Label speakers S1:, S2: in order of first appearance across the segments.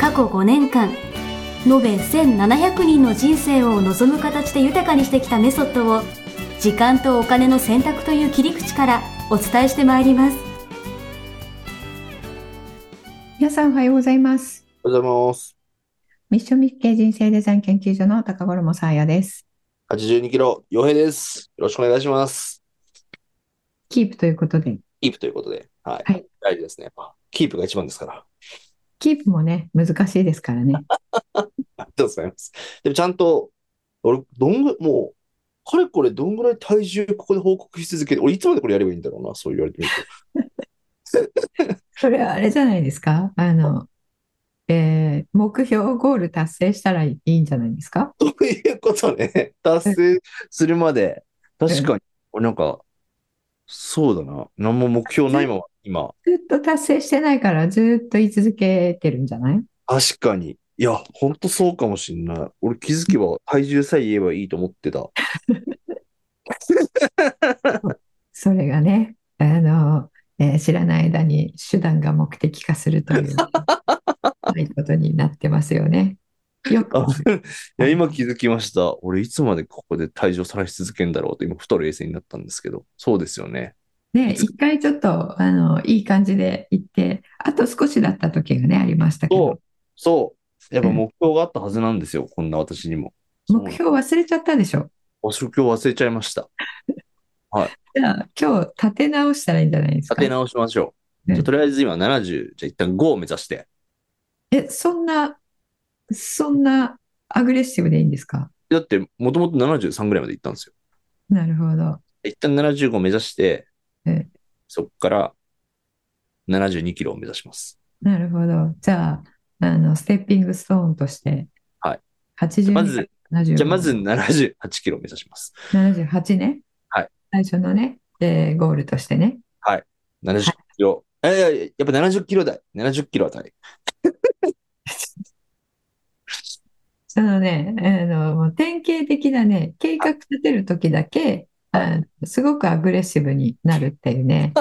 S1: 過去5年間延べ1700人の人生を望む形で豊かにしてきたメソッドを時間とお金の選択という切り口からお伝えしてまいります
S2: 皆さんおはようございます。
S3: おはようございます。
S2: ミッションミッケ人生デザイン研究所の高頃もさあやです。
S3: 82キロ、洋平です。よろしくお願いします。
S2: キープということで、
S3: キープということで、はい。
S2: はい
S3: 大事ですね。やっぱキープが一番ですから。あ
S2: キープもね、難しいですからね。
S3: りがとうございます。でもちゃんと、俺、どんぐもう、かれこれどんぐらい体重ここで報告し続けて、俺いつまでこれやればいいんだろうな、そう言われてみ る
S2: それはあれじゃないですかあの、えー目標ゴール達成したらいいんじゃないですか
S3: と。ということね、達成するまで、確かに、俺なんか、そうだな。何も目標ないまま、今。
S2: ずっと達成してないからずっと言い続けてるんじゃない
S3: 確かに。いや、ほんとそうかもしんない。俺気づけば体重さえ言えばいいと思ってた。
S2: それがね、あの、えー知らない間に手段が目的化すると いう、はいことになってますよね。よく
S3: あ、いや、今気づきました。俺、いつまでここで退場さらし続けんだろうって、今、ふと冷静になったんですけど、そうですよね。
S2: ね、一回ちょっと、あの、いい感じで行って、あと少しだった時がね、ありましたけ
S3: そ
S2: ど
S3: う、、そう。やっぱ
S2: うん
S3: 目標があったはずなんですよ、こんな私にも。
S2: 目標忘れちゃったでしょ。
S3: そう目標忘れちゃいました。
S2: じゃあ、今日立て直したらいいんじゃないです
S3: 立
S2: か。
S3: て直しましょう。
S2: ね
S3: じゃあとりあえず今70、じゃあ一旦5を目指して。
S2: え、そんな、そんなアグレッシブでいいんですか
S3: だって、もともと73ぐらいまで行ったんですよ。
S2: なるほど。
S3: 一旦75を目指して
S2: うん、
S3: そっから72キロを目指します。
S2: なるほど。じゃあ、あの、ステッピングストーンとして、
S3: はい。
S2: 82
S3: まず
S2: から75
S3: じゃあまず78キロを目指します。
S2: 78ね。
S3: はい。
S2: 最初のね、で、ゴールとしてね。
S3: 70キロ。えいやいや、やっぱ70キロ台。70キロあたり。
S2: そのね、あの、もう典型的なね、計画立てるときだけ、あのすごくアグレッシブになるっていう ね、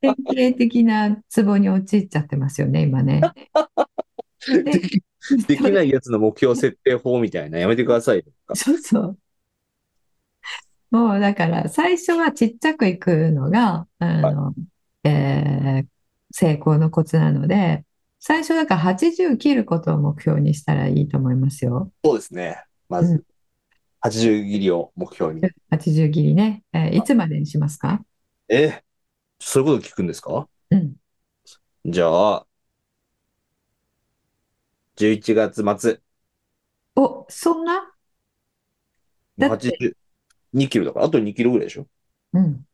S2: 典型的なツボに陥っちゃってますよね、今ね。で、
S3: できないやつの目標設定法みたいな、やめてくださいよ。
S2: そうそう。もうだから、最初はちっちゃくいくのが、あの、えー成功のコツなので、最初だから80切ることを目標にしたらいいと思いますよ。
S3: そうですね。ま
S2: うん
S3: ず、80切りを目標に。
S2: 80切りね。えーいつまでにしますか
S3: え、そういうこと聞くんですか
S2: うん。
S3: じゃあ、11月末、
S2: お、そんなだって
S3: 82キロだから、あと2キロぐらいでしょ
S2: うん。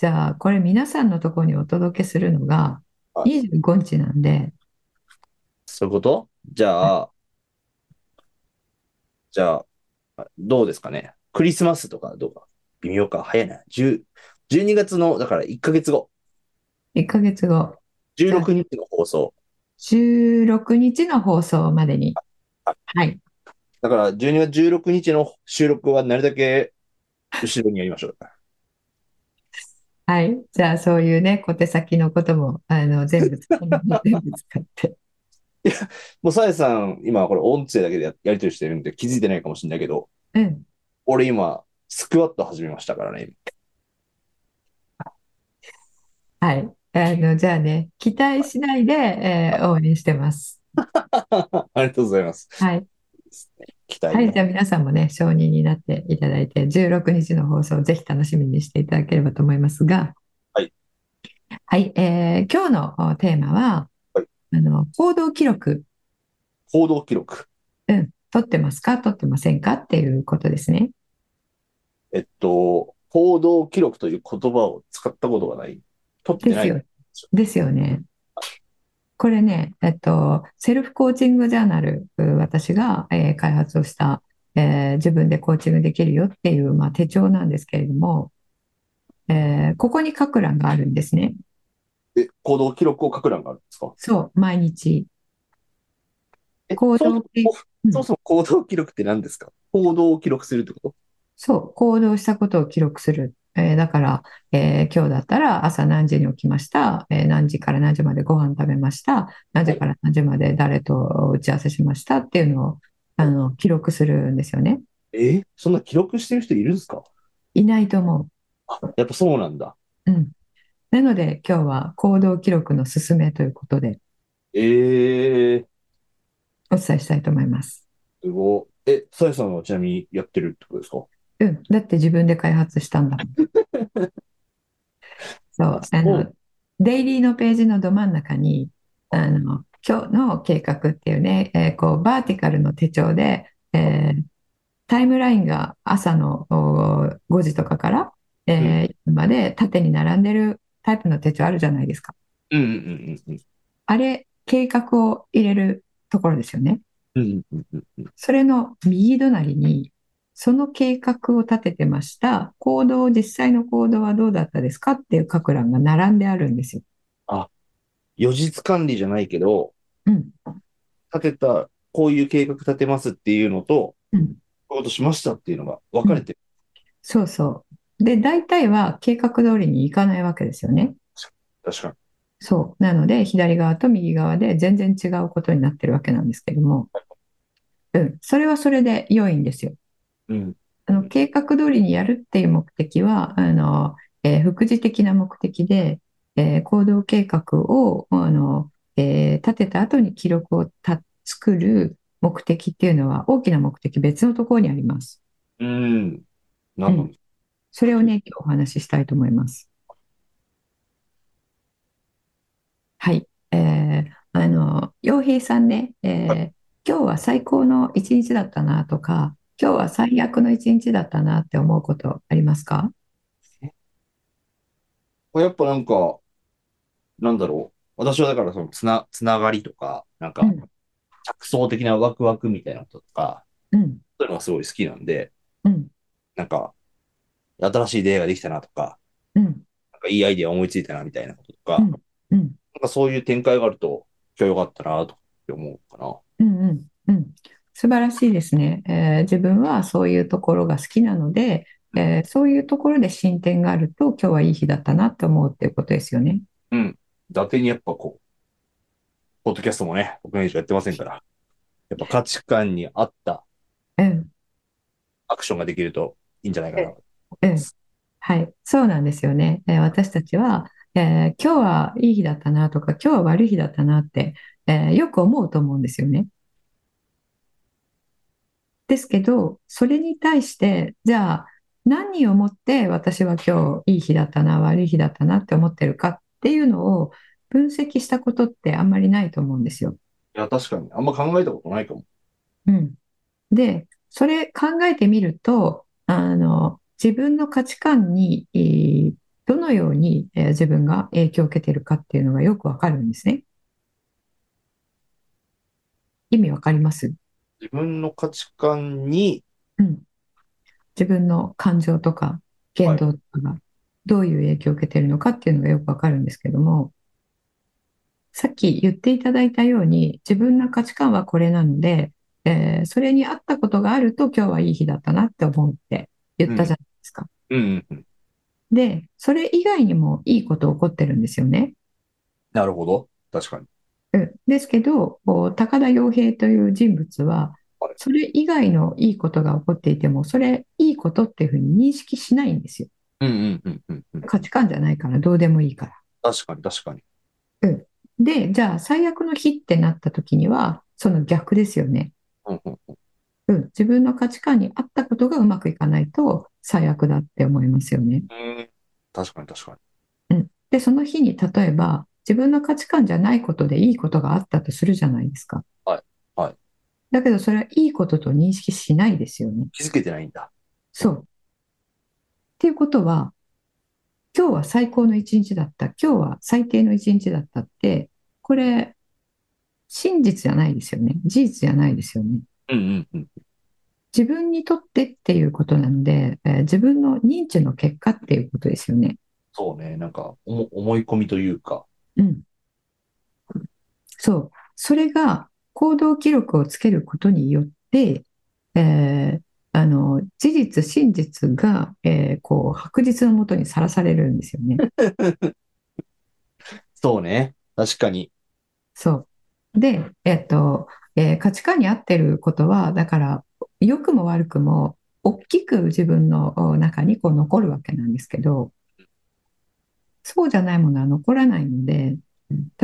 S2: じゃあ、これ皆さんのところにお届けするのが
S3: は
S2: 25日なんで、
S3: そういうことじゃあ、じゃあ、どうですかね。クリスマスとかどうか。微妙か。早いな。10 12月の、だから1ヶ月後、
S2: 1ヶ月後、
S3: 16日の放送。
S2: 16日の放送までに。はい。
S3: だから、12月16日の収録はなるだけ後ろにやりましょう。
S2: はい。じゃあ、そういうね、小手先のことも、あの、全部使 って、全部使って。
S3: もう、さえさん、今、これ、音声だけでややりとりしてるんで、気づいてないかもしれないけど、
S2: うん。
S3: 俺、今、スクワット始めましたからね。
S2: はい。あの、じゃあね、期待しないで、えー応援してます。
S3: ありがとうございます。
S2: はい。
S3: 期待、
S2: はい。じゃあ、皆さんもね、承認になっていただいて、16日の放送、ぜひ楽しみにしていただければと思いますが、
S3: はい。
S2: はい。えー今日のおテーマは、
S3: はい
S2: あの、行動記録、
S3: 行動記録。
S2: うん、取ってますか、取ってませんかっていうことですね。
S3: えっと、行動記録という言葉を使ったことがない。取って
S2: で
S3: な
S2: す
S3: い。
S2: よ。ですよね。これね、えっと、セルフコーチングジャーナル、う私が、えー開発をした、えー自分でコーチングできるよっていう、まあ、手帳なんですけれども、えーここに書く欄があるんですね。
S3: え、行動記録を書く欄があるんですか
S2: そう、毎日。
S3: え
S2: 行動って
S3: そもそも
S2: うん
S3: そもそも行動記録って何ですか行動を記録するってこと
S2: そう、行動したことを記録する。えーだから、えー今日だったら朝何時に起きました、えー何時から何時までご飯食べました、何時から何時まで誰と打ち合わせしましたっていうのを、あの、記録するんですよね。
S3: えそんな記録してる人いるんですか
S2: いないと思
S3: あやっぱそうなんだ。
S2: う。うん。なので、今日は行動記録の勧めということで
S3: ええ
S2: お伝えしたいと思います。
S3: すごい。え、さやさんはちなみにやってるってことですか
S2: うん。だって自分で開発したんだもん。 そう、あ
S3: そ
S2: の
S3: う、
S2: デイリーのページのど真ん中に、あの、今日の計画っていうね、えーこう、バーティカルの手帳で、えータイムラインが朝のおー5時とかから、えーまで縦に並んでるタイプの手帳あるじゃないですか。
S3: うんうんうん
S2: あれ、計画を入れるところですよね。
S3: うん。うんうんうんうん。
S2: それの右隣に、その計画を立ててました。行動、実際の行動はどうだったですかっていう書く欄が並んであるんですよ。
S3: 予実管理じゃないけど、
S2: うん。
S3: 立てた、こういう計画立てますっていうのと、
S2: うん
S3: こういうことしましたっていうのが分かれてる。
S2: そうそう。で、大体は計画通りにいかないわけですよね。
S3: 確かに。
S2: そう。なので、左側と右側で全然違うことになってるわけなんですけども。うん。それはそれで良いんですよ。
S3: うん。
S2: あの、計画通りにやるっていう目的は、あの、えー副次的な目的で、えー行動計画を、あの、えー立てた後に記録をた作る目的っていうのは、大きな目的、別のところにあります。
S3: うん。なんだろう
S2: それをね、今日お話ししたいと思います。はい。えーあの、洋平さんね、えー
S3: は
S2: 今日は最高の一日だったなとか、今日は最悪の一日だったなって思うことありますか
S3: これやっぱなんか、なんだろう。私はだからそのつな、つながりとか、なんか
S2: うん、
S3: 着想的なワクワクみたいなこととか、
S2: うん、
S3: そういうのがすごい好きなんで、
S2: うん、
S3: なんか、新しい出会いができたなとか、
S2: うん、
S3: なんかいいアイデア思いついたなみたいなこととか、
S2: うんうん、
S3: なんかそういう展開があると、今日良かったなと思うかな。
S2: うん、うん、うん。素晴らしいですね。えー自分はそういうところが好きなので、えーそういうところで進展があると、今日はいい日だったなって思うっていうことですよね。
S3: 伊達にやっぱこう、ポッドキャストもね、僕のしかやってませんから、やっぱ価値観に合った
S2: うん。
S3: アクションができるといいんじゃないか
S2: う
S3: な。
S2: んはい、そうなんですよね。えー私たちは、えー今日はいい日だったなとか、今日は悪い日だったなって、えーよく思うと思うんですよね。ですけど、それに対して、じゃあ、何をもって私は今日いい日だったな、悪い日だったなって思ってるかっていうのを分析したことってあんまりないと思うんですよ。
S3: いや、確かに。あんま考えたことないかも。
S2: うん。で、それ考えてみると、あの、自分の価値観に、えーどのように、えー自分が影響を受けてるかっていうのがよくわかるんですね。意味わかります
S3: 自分の価値観に、
S2: うん。自分の感情とか言動とかがどういう影響を受けているのかっていうのがよくわかるんですけども、さっき言っていただいたように、自分の価値観はこれなので、えーそれに合ったことがあると今日はいい日だったなって思うって言ったじゃないですか。
S3: うんうんうん。
S2: で、それ以外にもいいこと起こってるんですよね。
S3: なるほど。確かに。
S2: うんですけど、こう高田洋平という人物は
S3: はい、
S2: それ以外のいいことが起こっていても、それいいことっていうふうに認識しないんですよ。
S3: うんうんうんうんうん。
S2: 価値観じゃないから、どうでもいいから。
S3: 確かに、確かに。
S2: で、じゃあ最悪の日ってなった時には、その逆ですよね。
S3: うんうんうん。
S2: うん、自分の価値観に合ったことがうまくいかないと最悪だって思いますよね。
S3: うん確かに、確かに。
S2: で、その日に例えば自分の価値観じゃないことでいいことがあったとするじゃないですか。
S3: はいはい。
S2: だけどそれはいいことと認識しないですよね。
S3: 気づけてないんだ。
S2: そう。っていうことは、今日は最高の一日だった、今日は最低の一日だったって、これ、真実じゃないですよね。事実じゃないですよね。
S3: うんうんうん。
S2: 自分にとってっていうことなんで、えー自分の認知の結果っていうことですよね。
S3: そうね。なんか、おも思い込みというか。
S2: うん。そう。それが行動記録をつけることによって、えーあの、事実、真実が、えーこう、白日のもとにさらされるんですよね。
S3: そうね。確かに。
S2: そう。で、えっと、えー価値観に合ってることは、だから、良くも悪くも、大きく自分のお中にこう残るわけなんですけど、そうじゃないものは残らないので、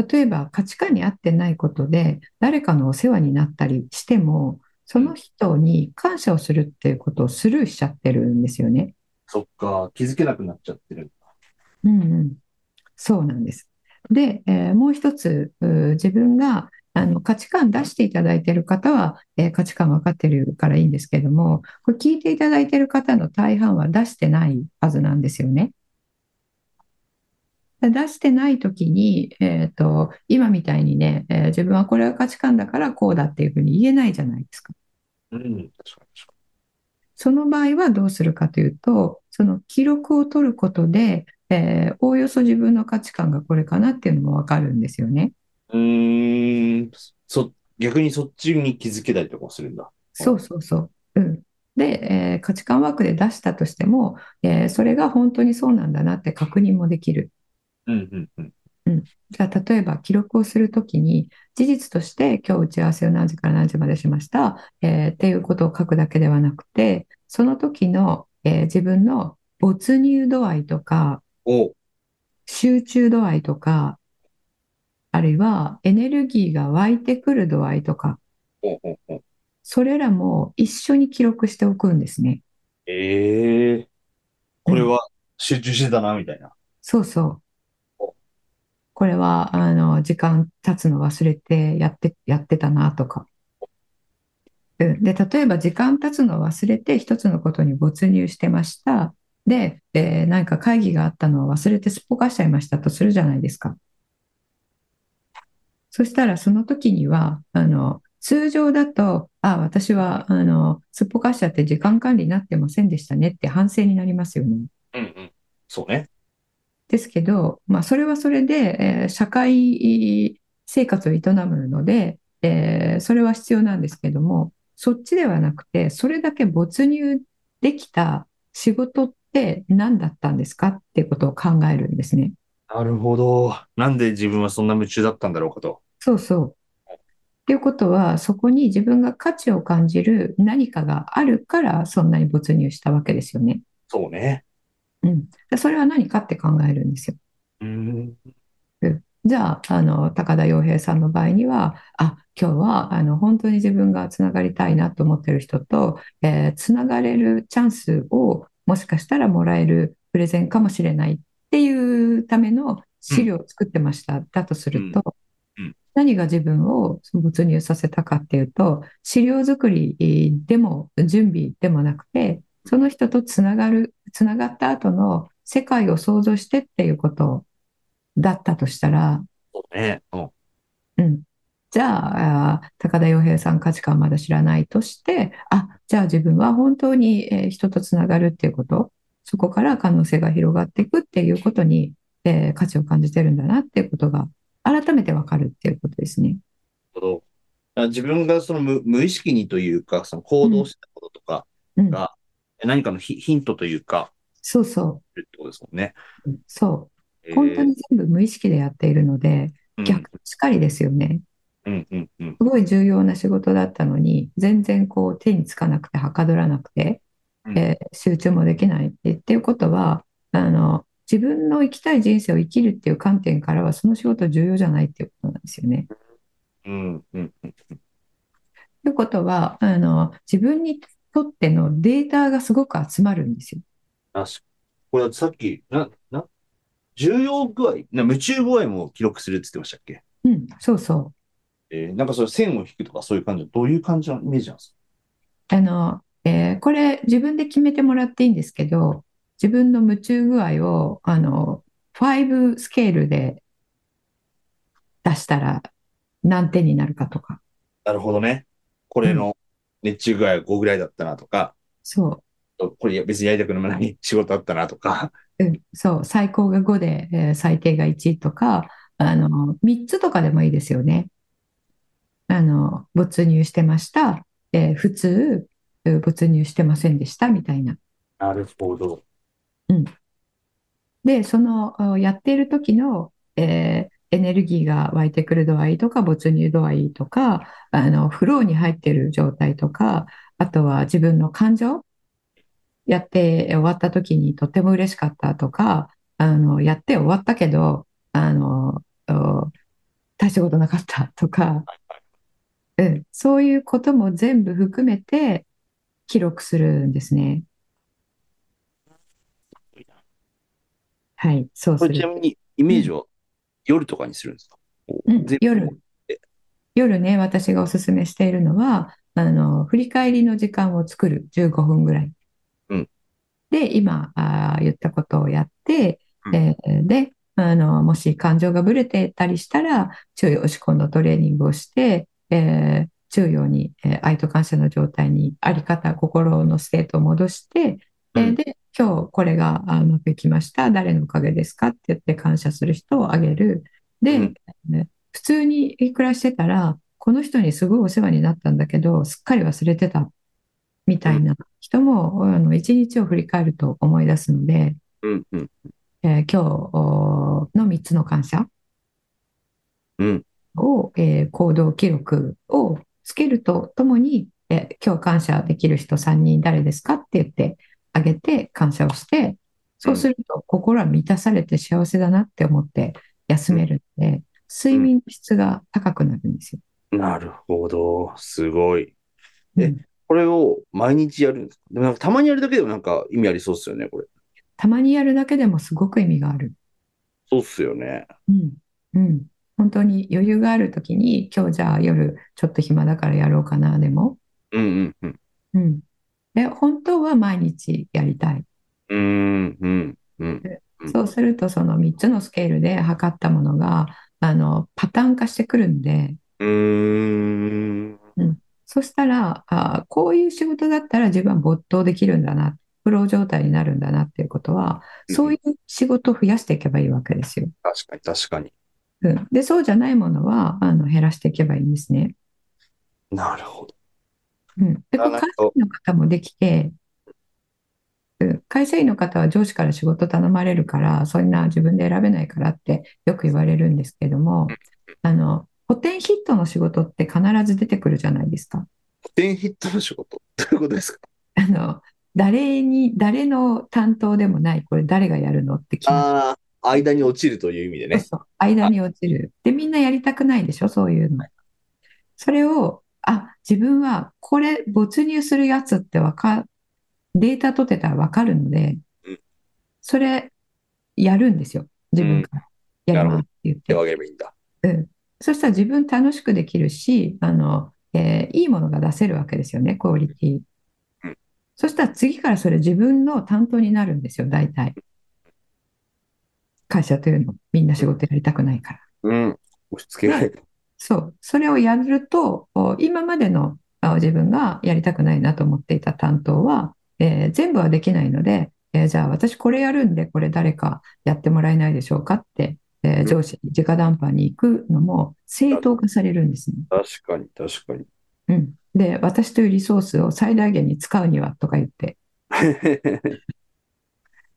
S2: 例えば価値観に合ってないことで、誰かのお世話になったりしても、その人に感謝をするっていうことをスルーしちゃってるんですよね。
S3: そっか。気づけなくなっちゃってる。
S2: うんうん、そうなんです。で、えーもう一つ、うー自分があの価値観出していただいている方は、えー価値観分かってるからいいんですけども、これ聞いていただいている方の大半は出してないはずなんですよね。出してない時に、えーと、今みたいにね、えー自分はこれは価値観だからこうだっていうふうに言えないじゃないですか。
S3: うん。確かに確か
S2: その場合はどうするかというと、その記録を取ることで、えーおおよそ自分の価値観がこれかなっていうのもわかるんですよね。
S3: に。うーん。そ、逆にそっちに気づけたりとかもするんだ。
S2: そうそうそう。うん。で、えー価値観ワークで出したとしても、えーそれが本当にそうなんだなって確認もできる。
S3: うんうんうん。
S2: じゃあ、例えば記録をするときに、事実として今日打ち合わせを何時から何時までしました、えーっていうことを書くだけではなくて、その時の、えー自分の没入度合いとか、
S3: おう
S2: 集中度合いとか、あるいはエネルギーが湧いてくる度合いとか、
S3: おうおうおう
S2: それらも一緒に記録しておくんですね。
S3: ええこれは集中してたな、みたいな。
S2: そうそう
S3: お。
S2: これは、あの、時間経つの忘れてやって、やってたなとか。うんで、例えば時間経つの忘れて一つのことに没入してました。で、えーなんか会議があったのを忘れてすっぽかしちゃいましたとするじゃないですか。そしたらその時には、あの、通常だと、あ、私は、あの、すっぽかしちゃって時間管理になってませんでしたねって反省になりますよね。
S3: うんうん。そうね。
S2: ですけど、まあ、それはそれで、えー社会生活を営むので、えーそれは必要なんですけども、そっちではなくて、それだけ没入できた仕事って何だったんですかっていうことを考えるんですね。
S3: なるほど。なんで自分はそんな夢中だったんだろうかと。
S2: そうそう。っていうことは、そこに自分が価値を感じる何かがあるから、そんなに没入したわけですよね。
S3: そうね。
S2: うん。でそれは何かって考えるんですよ。
S3: うん。
S2: じゃあ、あの、高田洋平さんの場合には、あ、今日は、あの、本当に自分がつながりたいなと思ってる人と、えーつながれるチャンスを、もしかしたらもらえるプレゼンかもしれないっていうための資料を作ってました。だとすると
S3: うんうん、
S2: 何が自分を没入させたかっていうと、資料作りでも準備でもなくて、その人とつながる、つながった後の世界を想像してっていうことだったとしたら、
S3: そうね。うん。
S2: うん。じゃあ、あー高田洋平さん価値観まだ知らないとして、あ、じゃあ自分は本当に、えー人とつながるっていうこと、そこから可能性が広がっていくっていうことに、えー価値を感じてるんだなっていうことが改めてわかるっていうことですね。
S3: ほど。だから自分がその無無意識にというか、その行動したこととか
S2: うん、
S3: が、何かのヒヒントというか、
S2: そうそ
S3: ってことですもんね。
S2: う、そう、本当に全部無意識でやっているので、
S3: えー、
S2: 逆しかりですよね。
S3: うん。うんうんうん。
S2: すごい重要な仕事だったのに、全然こう手につかなくて、はかどらなくて
S3: う、ん
S2: えー集中もできないってっていうことは、あの、自分の生きたい人生を生きるっていう観点からは、その仕事は重要じゃないっていうことなんですよね。
S3: うんうんうん。
S2: ということは、あの、自分にとってのデータがすごく集まるんですよ。
S3: 確かこれはさっき、な、な、重要具合、な、夢中具合も記録するって言ってましたっけ
S2: うん、そうそう。
S3: えー、なんかそれ線を引くとかそういう感じの、どういう感じのイメージなんですか
S2: あの、えーこれ自分で決めてもらっていいんですけど、自分の夢中具合を、あの、5スケールで出したら何点になるかとか。
S3: なるほどね。これの熱中具合は5ぐらいだったなとか、
S2: そ
S3: これ別にやりたくない仕事だったなとか、
S2: う、うん、そう、最高が5で、えー最低が1とか、あの、3つとかでもいいですよね。あの、没入してました。えー普通、えー没入してませんでした、みたいな。
S3: なるほど。
S2: で、その、あやっている時の、えーエネルギーが湧いてくる度合いとか、没入度合いとか、あの、フローに入っている状態とか、あとは自分の感情、やって終わった時にとても嬉しかったとか、あの、やって終わったけど、あの、お大したことなかったとか、うん、そういうことも全部含めて記録するんですね。はい、そう
S3: こ
S2: す
S3: れちな
S2: る。
S3: みにイメージを夜とかにするんですか、こう
S2: うん
S3: 全部
S2: 夜夜ね、私がおすすめしているのは、あの、振り返りの時間を作る、15分ぐらい。
S3: うん
S2: で、今、あー言ったことをやって、
S3: うん
S2: えーで、あの、もし感情がぶれてたりしたら、注意を押し込んだトレーニングをして、えー中央に、えー愛と感謝の状態に、あり方、心のステートを戻して、えー
S3: うん
S2: で、今日これがあうまくいきました。誰のおかげですかって言って感謝する人をあげる。で、
S3: うん
S2: 普通に暮らしてたら、この人にすごいお世話になったんだけど、すっかり忘れてたみたいな人も、あの、一日を振り返ると思い出すので、
S3: うんうん
S2: えー今日おーの3つの感謝
S3: うん
S2: を、えー行動記録をつけるとともに、えー今日感謝できる人3人誰ですかって言ってあげて感謝をして、そうすると心は満たされて幸せだなって思って休めるので、睡眠の質が高くなるんですよ。
S3: なるほど。すごい。
S2: う
S3: え
S2: ん
S3: これを毎日やるんですかでもなんかたまにやるだけでもなんか意味ありそうっすよね、これ。
S2: たまにやるだけでもすごく意味がある。
S3: そうっすよね。
S2: うん。うん。本当に余裕があるときに、今日じゃあ夜ちょっと暇だからやろうかな、でも。
S3: うんうんうん。
S2: うん。で、本当は毎日やりたい。
S3: うんうんうん。うん
S2: そうすると、その3つのスケールで測ったものが、あの、パターン化してくるんで、
S3: うーん。
S2: そしたら、あーこういう仕事だったら自分は没頭できるんだな、フロー状態になるんだなっていうことは、そういう仕事を増やしていけばいいわけですよ。
S3: 確かに確かに。
S2: うん。で、そうじゃないものは、あの、減らしていけばいいんですね。
S3: なるほど。
S2: うん、で、こ
S3: あ
S2: う
S3: な
S2: 会
S3: んか
S2: 社員の方もできて、うん会社員の方は上司から仕事頼まれるから、そんな自分で選べないからってよく言われるんですけども、あの、補填ヒットの仕事って必ず出てくるじゃないですか。
S3: 古典ヒットの仕事。どういうことですか
S2: あの、誰に、誰の担当でもない、これ誰がやるのって決まっ
S3: ああ、間に落ちるという意味で
S2: そう
S3: ね。
S2: そう間に落ちる。で、みんなやりたくないでしょ、そういうの。それを、あ、自分はこれ没入するやつってわか、データ取ってたらわかるので
S3: うん、
S2: それやるんですよ、自分から。やりますって言っ
S3: 手
S2: て。
S3: を挙げればいいんだ。
S2: うん。そしたら自分楽しくできるし、あの、えーいいものが出せるわけですよね、クオリティ
S3: うん。
S2: そしたら次からそれ自分の担当になるんですよ、大体。会社というの、みんな仕事やりたくないから。
S3: うん。押し付けられた。
S2: そう、それをやると、お今までのあ自分がやりたくないなと思っていた担当は、えー全部はできないので、えーじゃあ私これやるんで、これ誰かやってもらえないでしょうかって、えー
S3: うん
S2: 上司に直談判に行くのも正当化されるんですね。
S3: 確かに確かに。
S2: うん。で、私というリソースを最大限に使うにはとか言って、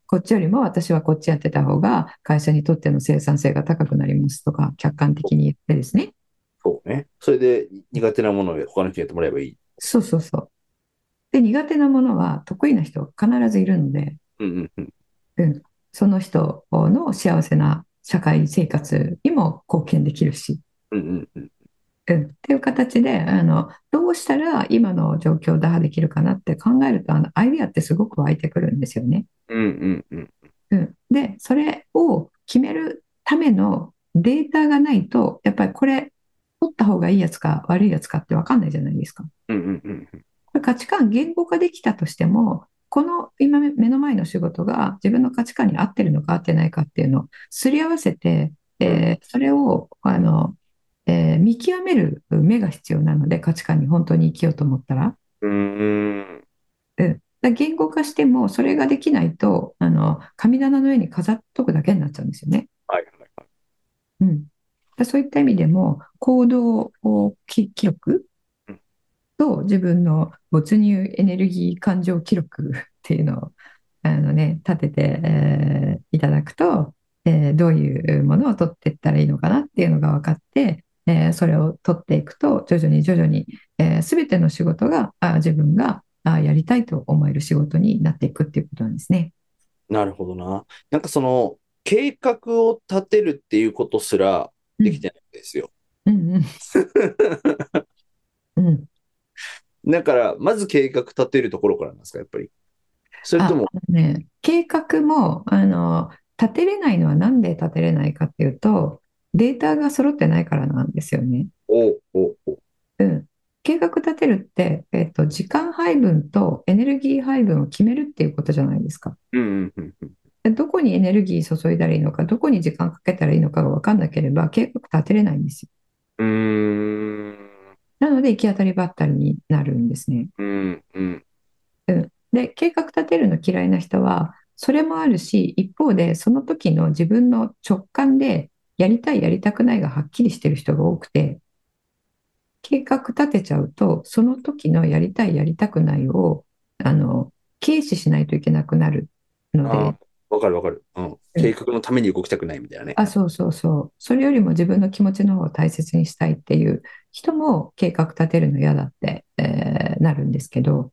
S2: こっちよりも私はこっちやってた方が会社にとっての生産性が高くなりますとか、客観的に言ってですね。
S3: そうね。それで苦手なものを他の人にやってもらえばいい。
S2: そうそうそう。で、苦手なものは得意な人必ずいるので、
S3: うんうんうん。
S2: その人の幸せな社会生活にも貢献できるし、
S3: うんうんうん。
S2: うん、っていう形で、あの、どうしたら今の状況を打破できるかなって考えると、あの、アイデアってすごく湧いてくるんですよね。
S3: うんうんうん。
S2: うん、で、それを決めるためのデータがないと、やっぱりこれ、取った方がいいやつか悪いやつかって分かんないじゃないですか。
S3: うんうんうんうん。
S2: これ価値観言語化できたとしても、この今目の前の仕事が自分の価値観に合ってるのか合ってないかっていうのをすり合わせて、えーそれをあのえー見極める目が必要なので価値観に本当に生きようと思ったら。
S3: うーん。
S2: だから言語化してもそれができないとあの神棚の上に飾っとくだけになっちゃうんですよね。
S3: はいはいは
S2: う
S3: い。
S2: ん、だからそういった意味でも行動を記記録
S3: うん
S2: と自分の没入エネルギー感情記録っていうのをあの、ね、立てて、えーいただくと、えーどういうものを取っていったらいいのかなっていうのが分かって、えーそれを取っていくと徐々に徐々に、えー、全ての仕事があ自分があやりたいと思える仕事になっていくっていうことなんですね。
S3: なるほどな。なんかその、計画を立てるっていうことすらできてないんですよ。
S2: うん うんうん
S3: だから、まず計画立てるところからなんですか、やっぱり。それとも、
S2: ああのね、計画もあの立てれないのはなんで立てれないかっていうとデータが揃ってないからなんですよね。
S3: おおお
S2: 計画立てるって、えっと、時間配分とエネルギー配分を決めるっていうことじゃないですか。
S3: うんうんうんうん。
S2: でどこにエネルギー注いだらいいのかどこに時間かけたらいいのかが分かんなければ計画立てれないんですよ。
S3: うーん。
S2: なので行き当たりばったりになるんですね。
S3: うんうん。
S2: で計画立てるの嫌いな人はそれもあるし一方でその時の自分の直感でやりたいやりたくないがはっきりしてる人が多くて計画立てちゃうとその時のやりたいやりたくないをあの軽視しないといけなくなるので。
S3: あわかるわかる。うん。計画のために動きたくないみたいなね。
S2: あ、そうそうそう。それよりも自分の気持ちの方を大切にしたいっていう人も計画立てるの嫌だって、えーなるんですけど、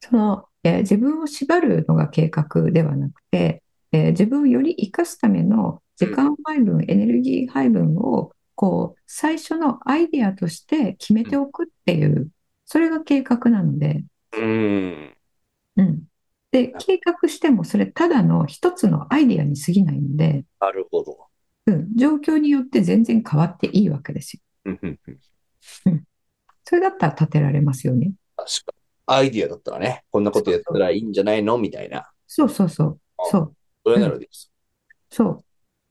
S2: その、えー自分を縛るのが計画ではなくて、えー自分をより生かすための時間配分、エネルギー配分を、こう、最初のアイデアとして決めておくっていう、それが計画なので、
S3: うん。
S2: うん。で、計画してもそれただの一つのアイデアに過ぎないので、
S3: なるほど。
S2: うん、状況によって全然変わっていいわけですよ。
S3: うんうんうん。
S2: それだったら立てられますよね。
S3: 確か。アイディアだったらね、こんなことやったらいいんじゃないのみたいな。
S2: そうそうそう。そう。
S3: それならです。
S2: そう。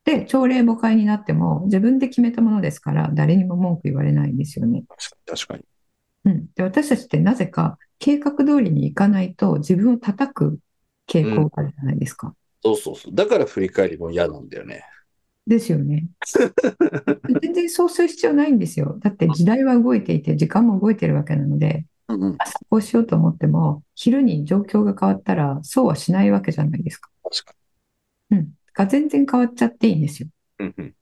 S2: で、朝令暮改になっても自分で決めたものですから誰にも文句言われないんですよね。
S3: 確かに、確かに。
S2: うん。で、私たちってなぜか計画通りにいかないと自分を叩く傾向があるじゃないですか。
S3: そうそうそう。だから振り返りも嫌なんだよね。
S2: ですよね。全然そうする必要ないんですよ。だって時代は動いていて時間も動いてるわけなので
S3: うんうん。
S2: 朝こうしようと思っても昼に状況が変わったらそうはしないわけじゃないですか。
S3: 確か
S2: うん、が全然変わっちゃっていいんですよ。
S3: に。うん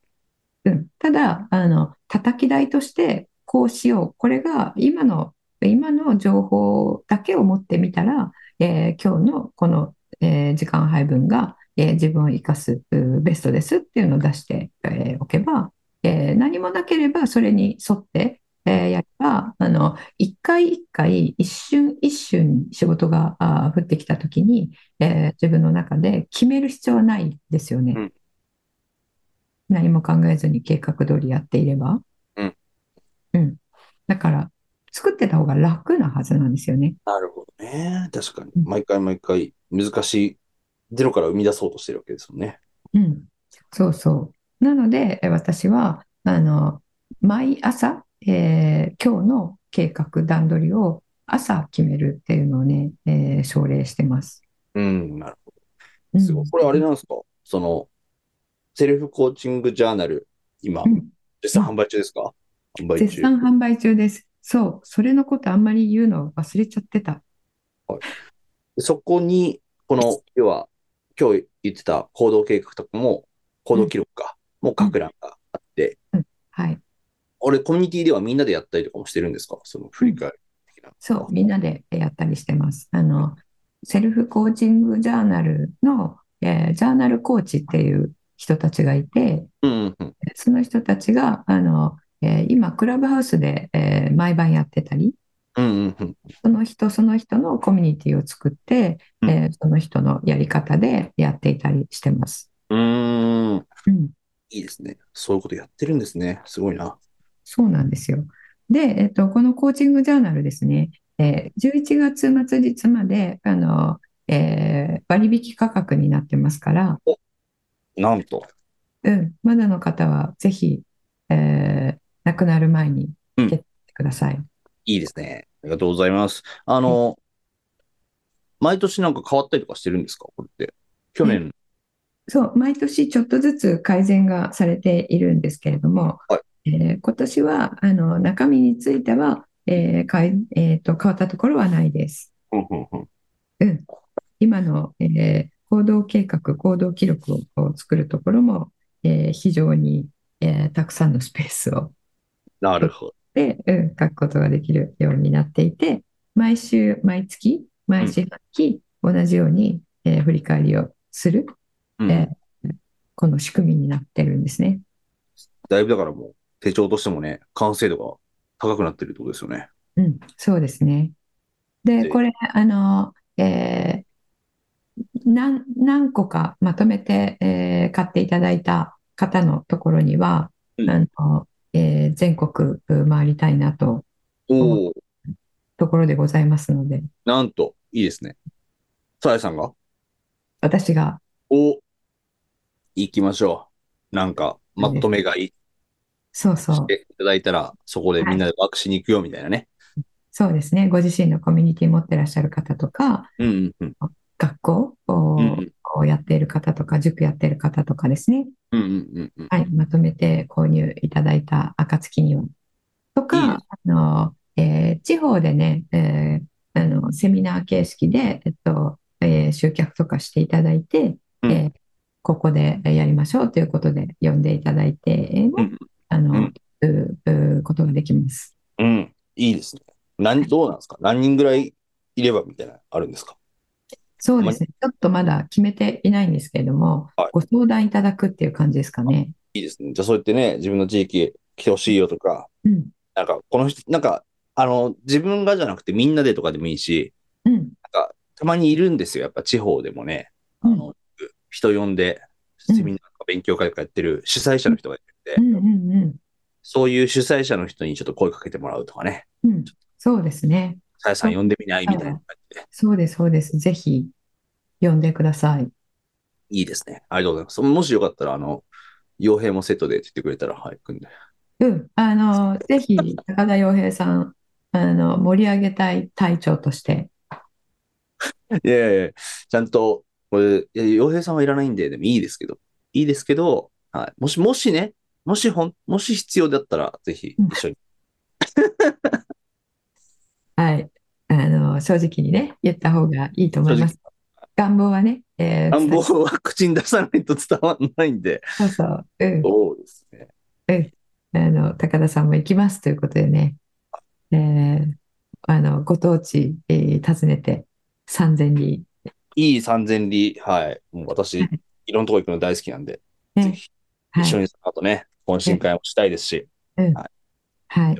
S3: うん。
S2: うん、ただあの叩き台としてこうしようこれが今の今の情報だけを持ってみたら、えー今日のこの、えー時間配分が、えー自分を生かすうベストですっていうのを出して、えーおけば、えー何もなければそれに沿って、えーやればあの一回一回一瞬一瞬仕事があー降ってきた時に、えー自分の中で決める必要はないですよね。
S3: うん
S2: 何も考えずに計画通りやっていれば。
S3: うん。
S2: うん。だから、作ってた方が楽なはずなんですよね。
S3: なるほどね。確かに。
S2: うん
S3: 毎回毎回、難しい、ゼロから生み出そうとしてるわけですよね。
S2: うん。そうそう。なので、え私は、あの、毎朝、えー今日の計画段取りを朝決めるっていうのをね、えー奨励してます。
S3: うん、なるほ
S2: う
S3: ど。
S2: ん
S3: すごい。これあれなんですかその、セルフコーチングジャーナル、今
S2: うん、
S3: 絶賛販売中ですか販売
S2: 絶
S3: 中。
S2: 賛販売中です。そう。それのことあんまり言うの忘れちゃってた。
S3: そこに、この、要は、今日言ってた行動計画とかも、行動記録か、もう書く欄があって、
S2: はい。
S3: 俺、コミュニティではみんなでやったりとかもしてるんですかその振り返り的な。
S2: そう、みんなでやったりしてます。あの、セルフコーチングジャーナルの、えージャーナルコーチっていう人たちがいて、
S3: うん、うん、
S2: その人たちが、あの、えー今、クラブハウスで、えー毎晩やってたり、
S3: うん、うん、うん。
S2: その人その人のコミュニティを作って、
S3: うん
S2: えーその人のやり方でやっていたりしてます。
S3: うーん。
S2: うん
S3: いいですね。そういうことやってるんですね。すごいな。
S2: そうなんですよ。で、えっと、このコーチングジャーナルですね、えー11月末日まで、あの、えー割引価格になってますから、
S3: なんと。
S2: うん、まだの方はぜひ、えー亡くなる前に
S3: うん
S2: 受けてください。
S3: いいですね。ありがとうございます。あの、毎年なんか変わったりとかしてるんですかこれって。去年。
S2: そう、毎年ちょっとずつ改善がされているんですけれども、
S3: は
S2: えー今年はあの中身については、えーかいえーと変わったところはないです。
S3: うんうんうん
S2: 今の、えー行動計画、行動記録をこう作るところも、えー非常に、えーたくさんのスペースを
S3: なるほど。
S2: で、うん、書くことができるようになっていて、毎週、毎月、毎四半期、同じように、えー振り返りをする、
S3: うん
S2: えーこの仕組みになってるんですね。
S3: だいぶだからもう手帳としてもね、完成度が高くなってるってことですよね。
S2: うん、そうですね。で、
S3: で
S2: これ、あの、えー何、何個かまとめて、えー買っていただいた方のところには、
S3: うん
S2: あの、えー全国回りたいなと、
S3: おお、
S2: ところでございますので、
S3: なんと、いいですね。さやさんが
S2: 私が、
S3: お行きましょう。なんか、まとめ買い
S2: そうそう、
S3: していただいたら、そこでみんなでワークしに行くよみたいなね。
S2: そうですね、ご自身のコミュニティ持ってらっしゃる方とか、
S3: うんうん
S2: 学校を
S3: うんうん
S2: をやっている方とか、塾やっている方とかですね、
S3: うんうんうんうん。
S2: はい、まとめて購入いただいた暁には。と
S3: いいで
S2: か、あのえー地方でね、えーあの、セミナー形式で、えっとえー集客とかしていただいて、
S3: うん
S2: えーここでやりましょうということで呼んでいただいても、
S3: うん
S2: あ
S3: うん
S2: の、ううことができます。
S3: うん、いいですね。何、どうなんですか何人ぐらいいればみたいな、あるんですか
S2: そうですね。ちょっとまだ決めていないんですけれども
S3: はい、
S2: ご相談いただくっていう感じですかね。
S3: いいですね。じゃあ、そうやってね、自分の地域来てほしいよとか、
S2: うん。
S3: なんか、この人、なんか、あの、自分がじゃなくてみんなでとかでもいいし、
S2: うん。
S3: たまにいるんですよ。やっぱ地方でもね、あ
S2: うん
S3: の、人呼んで、
S2: うん
S3: セミナーとか勉強会とかやってる主催者の人がいるんで、
S2: うんうんうん。
S3: そういう主催者の人にちょっと声かけてもらうとかね、
S2: うん。そうですね。
S3: さやさん呼んでみないみたいな感じで、
S2: そうです、そうです。ぜひ、呼んでください。
S3: いいですね。ありがとうございます。もしよかったら、あの、傭兵もセットでって言ってくれたら、はい、組んで。
S2: うん。あの、ぜひ、高田洋平さん、あの、盛り上げたい隊長として。
S3: いやいやいやちゃんと、これ、いや洋平さんはいらないんで、でもいいですけど、いいですけど、はい、もし、もしね、もしほん、もし必要だったら、ぜひ
S2: うん
S3: 一緒に。
S2: はい。あの、正直にね、言った方がいいと思います。願望はね、えー
S3: 暖房は口に出さないと伝わらないんで。
S2: そうそう。うん。
S3: そうですね。
S2: あの、高田さんも行きますということでね、えーあの、ご当地、えー訪ねて、三千里、
S3: いい三千里、はい。もう私、いろんなとこ行くの大好きなんで、
S2: ね
S3: ぜひ、
S2: はい
S3: 一緒にその後ね、懇親会もしたいですし、
S2: はい。
S3: お願い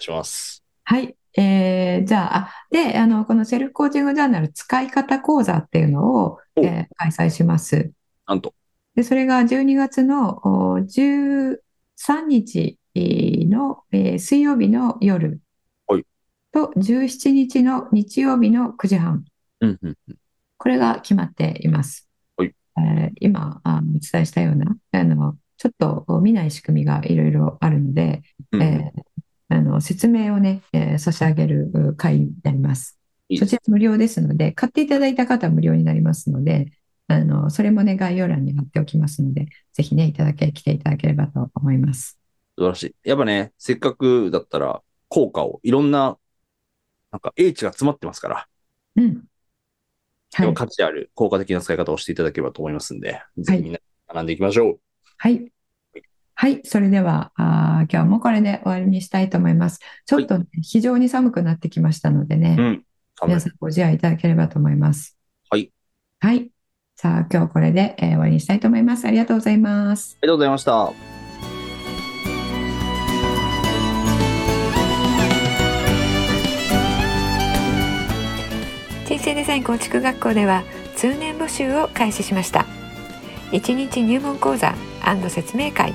S3: します。
S2: はい。えーじゃあ、あで、あの、このセルフコーチングジャーナル使い方講座っていうのを、
S3: お
S2: えー開催します。
S3: なんと、
S2: で、それが12月のお13日えーの、えー水曜日の夜
S3: はい
S2: と17日の日曜日の9時半。
S3: うんうん。
S2: これが決まっています。
S3: はい
S2: えー今あお伝えしたようなあのちょっとこう見ない仕組みがいろいろあるので、
S3: うんうん
S2: えーあの説明をね、えー差し上げるう会になります。
S3: いいで
S2: そ
S3: す
S2: ちら無料ですので、買っていただいた方は無料になりますので、あのそれもね概要欄に貼っておきますので、ぜひねいただけ来ていただければと思います。
S3: 素晴らしい。やっぱね、せっかくだったら、効果を、いろんな、なんか、英知が詰まってますから、
S2: うん。は
S3: でも
S2: い。
S3: 価値ある効果的な使い方をしていただければと思いますんで、ぜひみんなで学んでいきましょう。
S2: はい。はい。それでは、あー今日もこれで終わりにしたいと思います。ちょっとね、非常に寒くなってきましたので
S3: う
S2: ね、
S3: ん。
S2: 皆さんご自愛いただければと思います。
S3: はい。
S2: はい。さあ、今日これで、えー終わりにしたいと思います。ありがとうございます。
S3: ありがとうございました。
S4: 人生デザイン構築学校では通年募集を開始しました1日入門講座説明会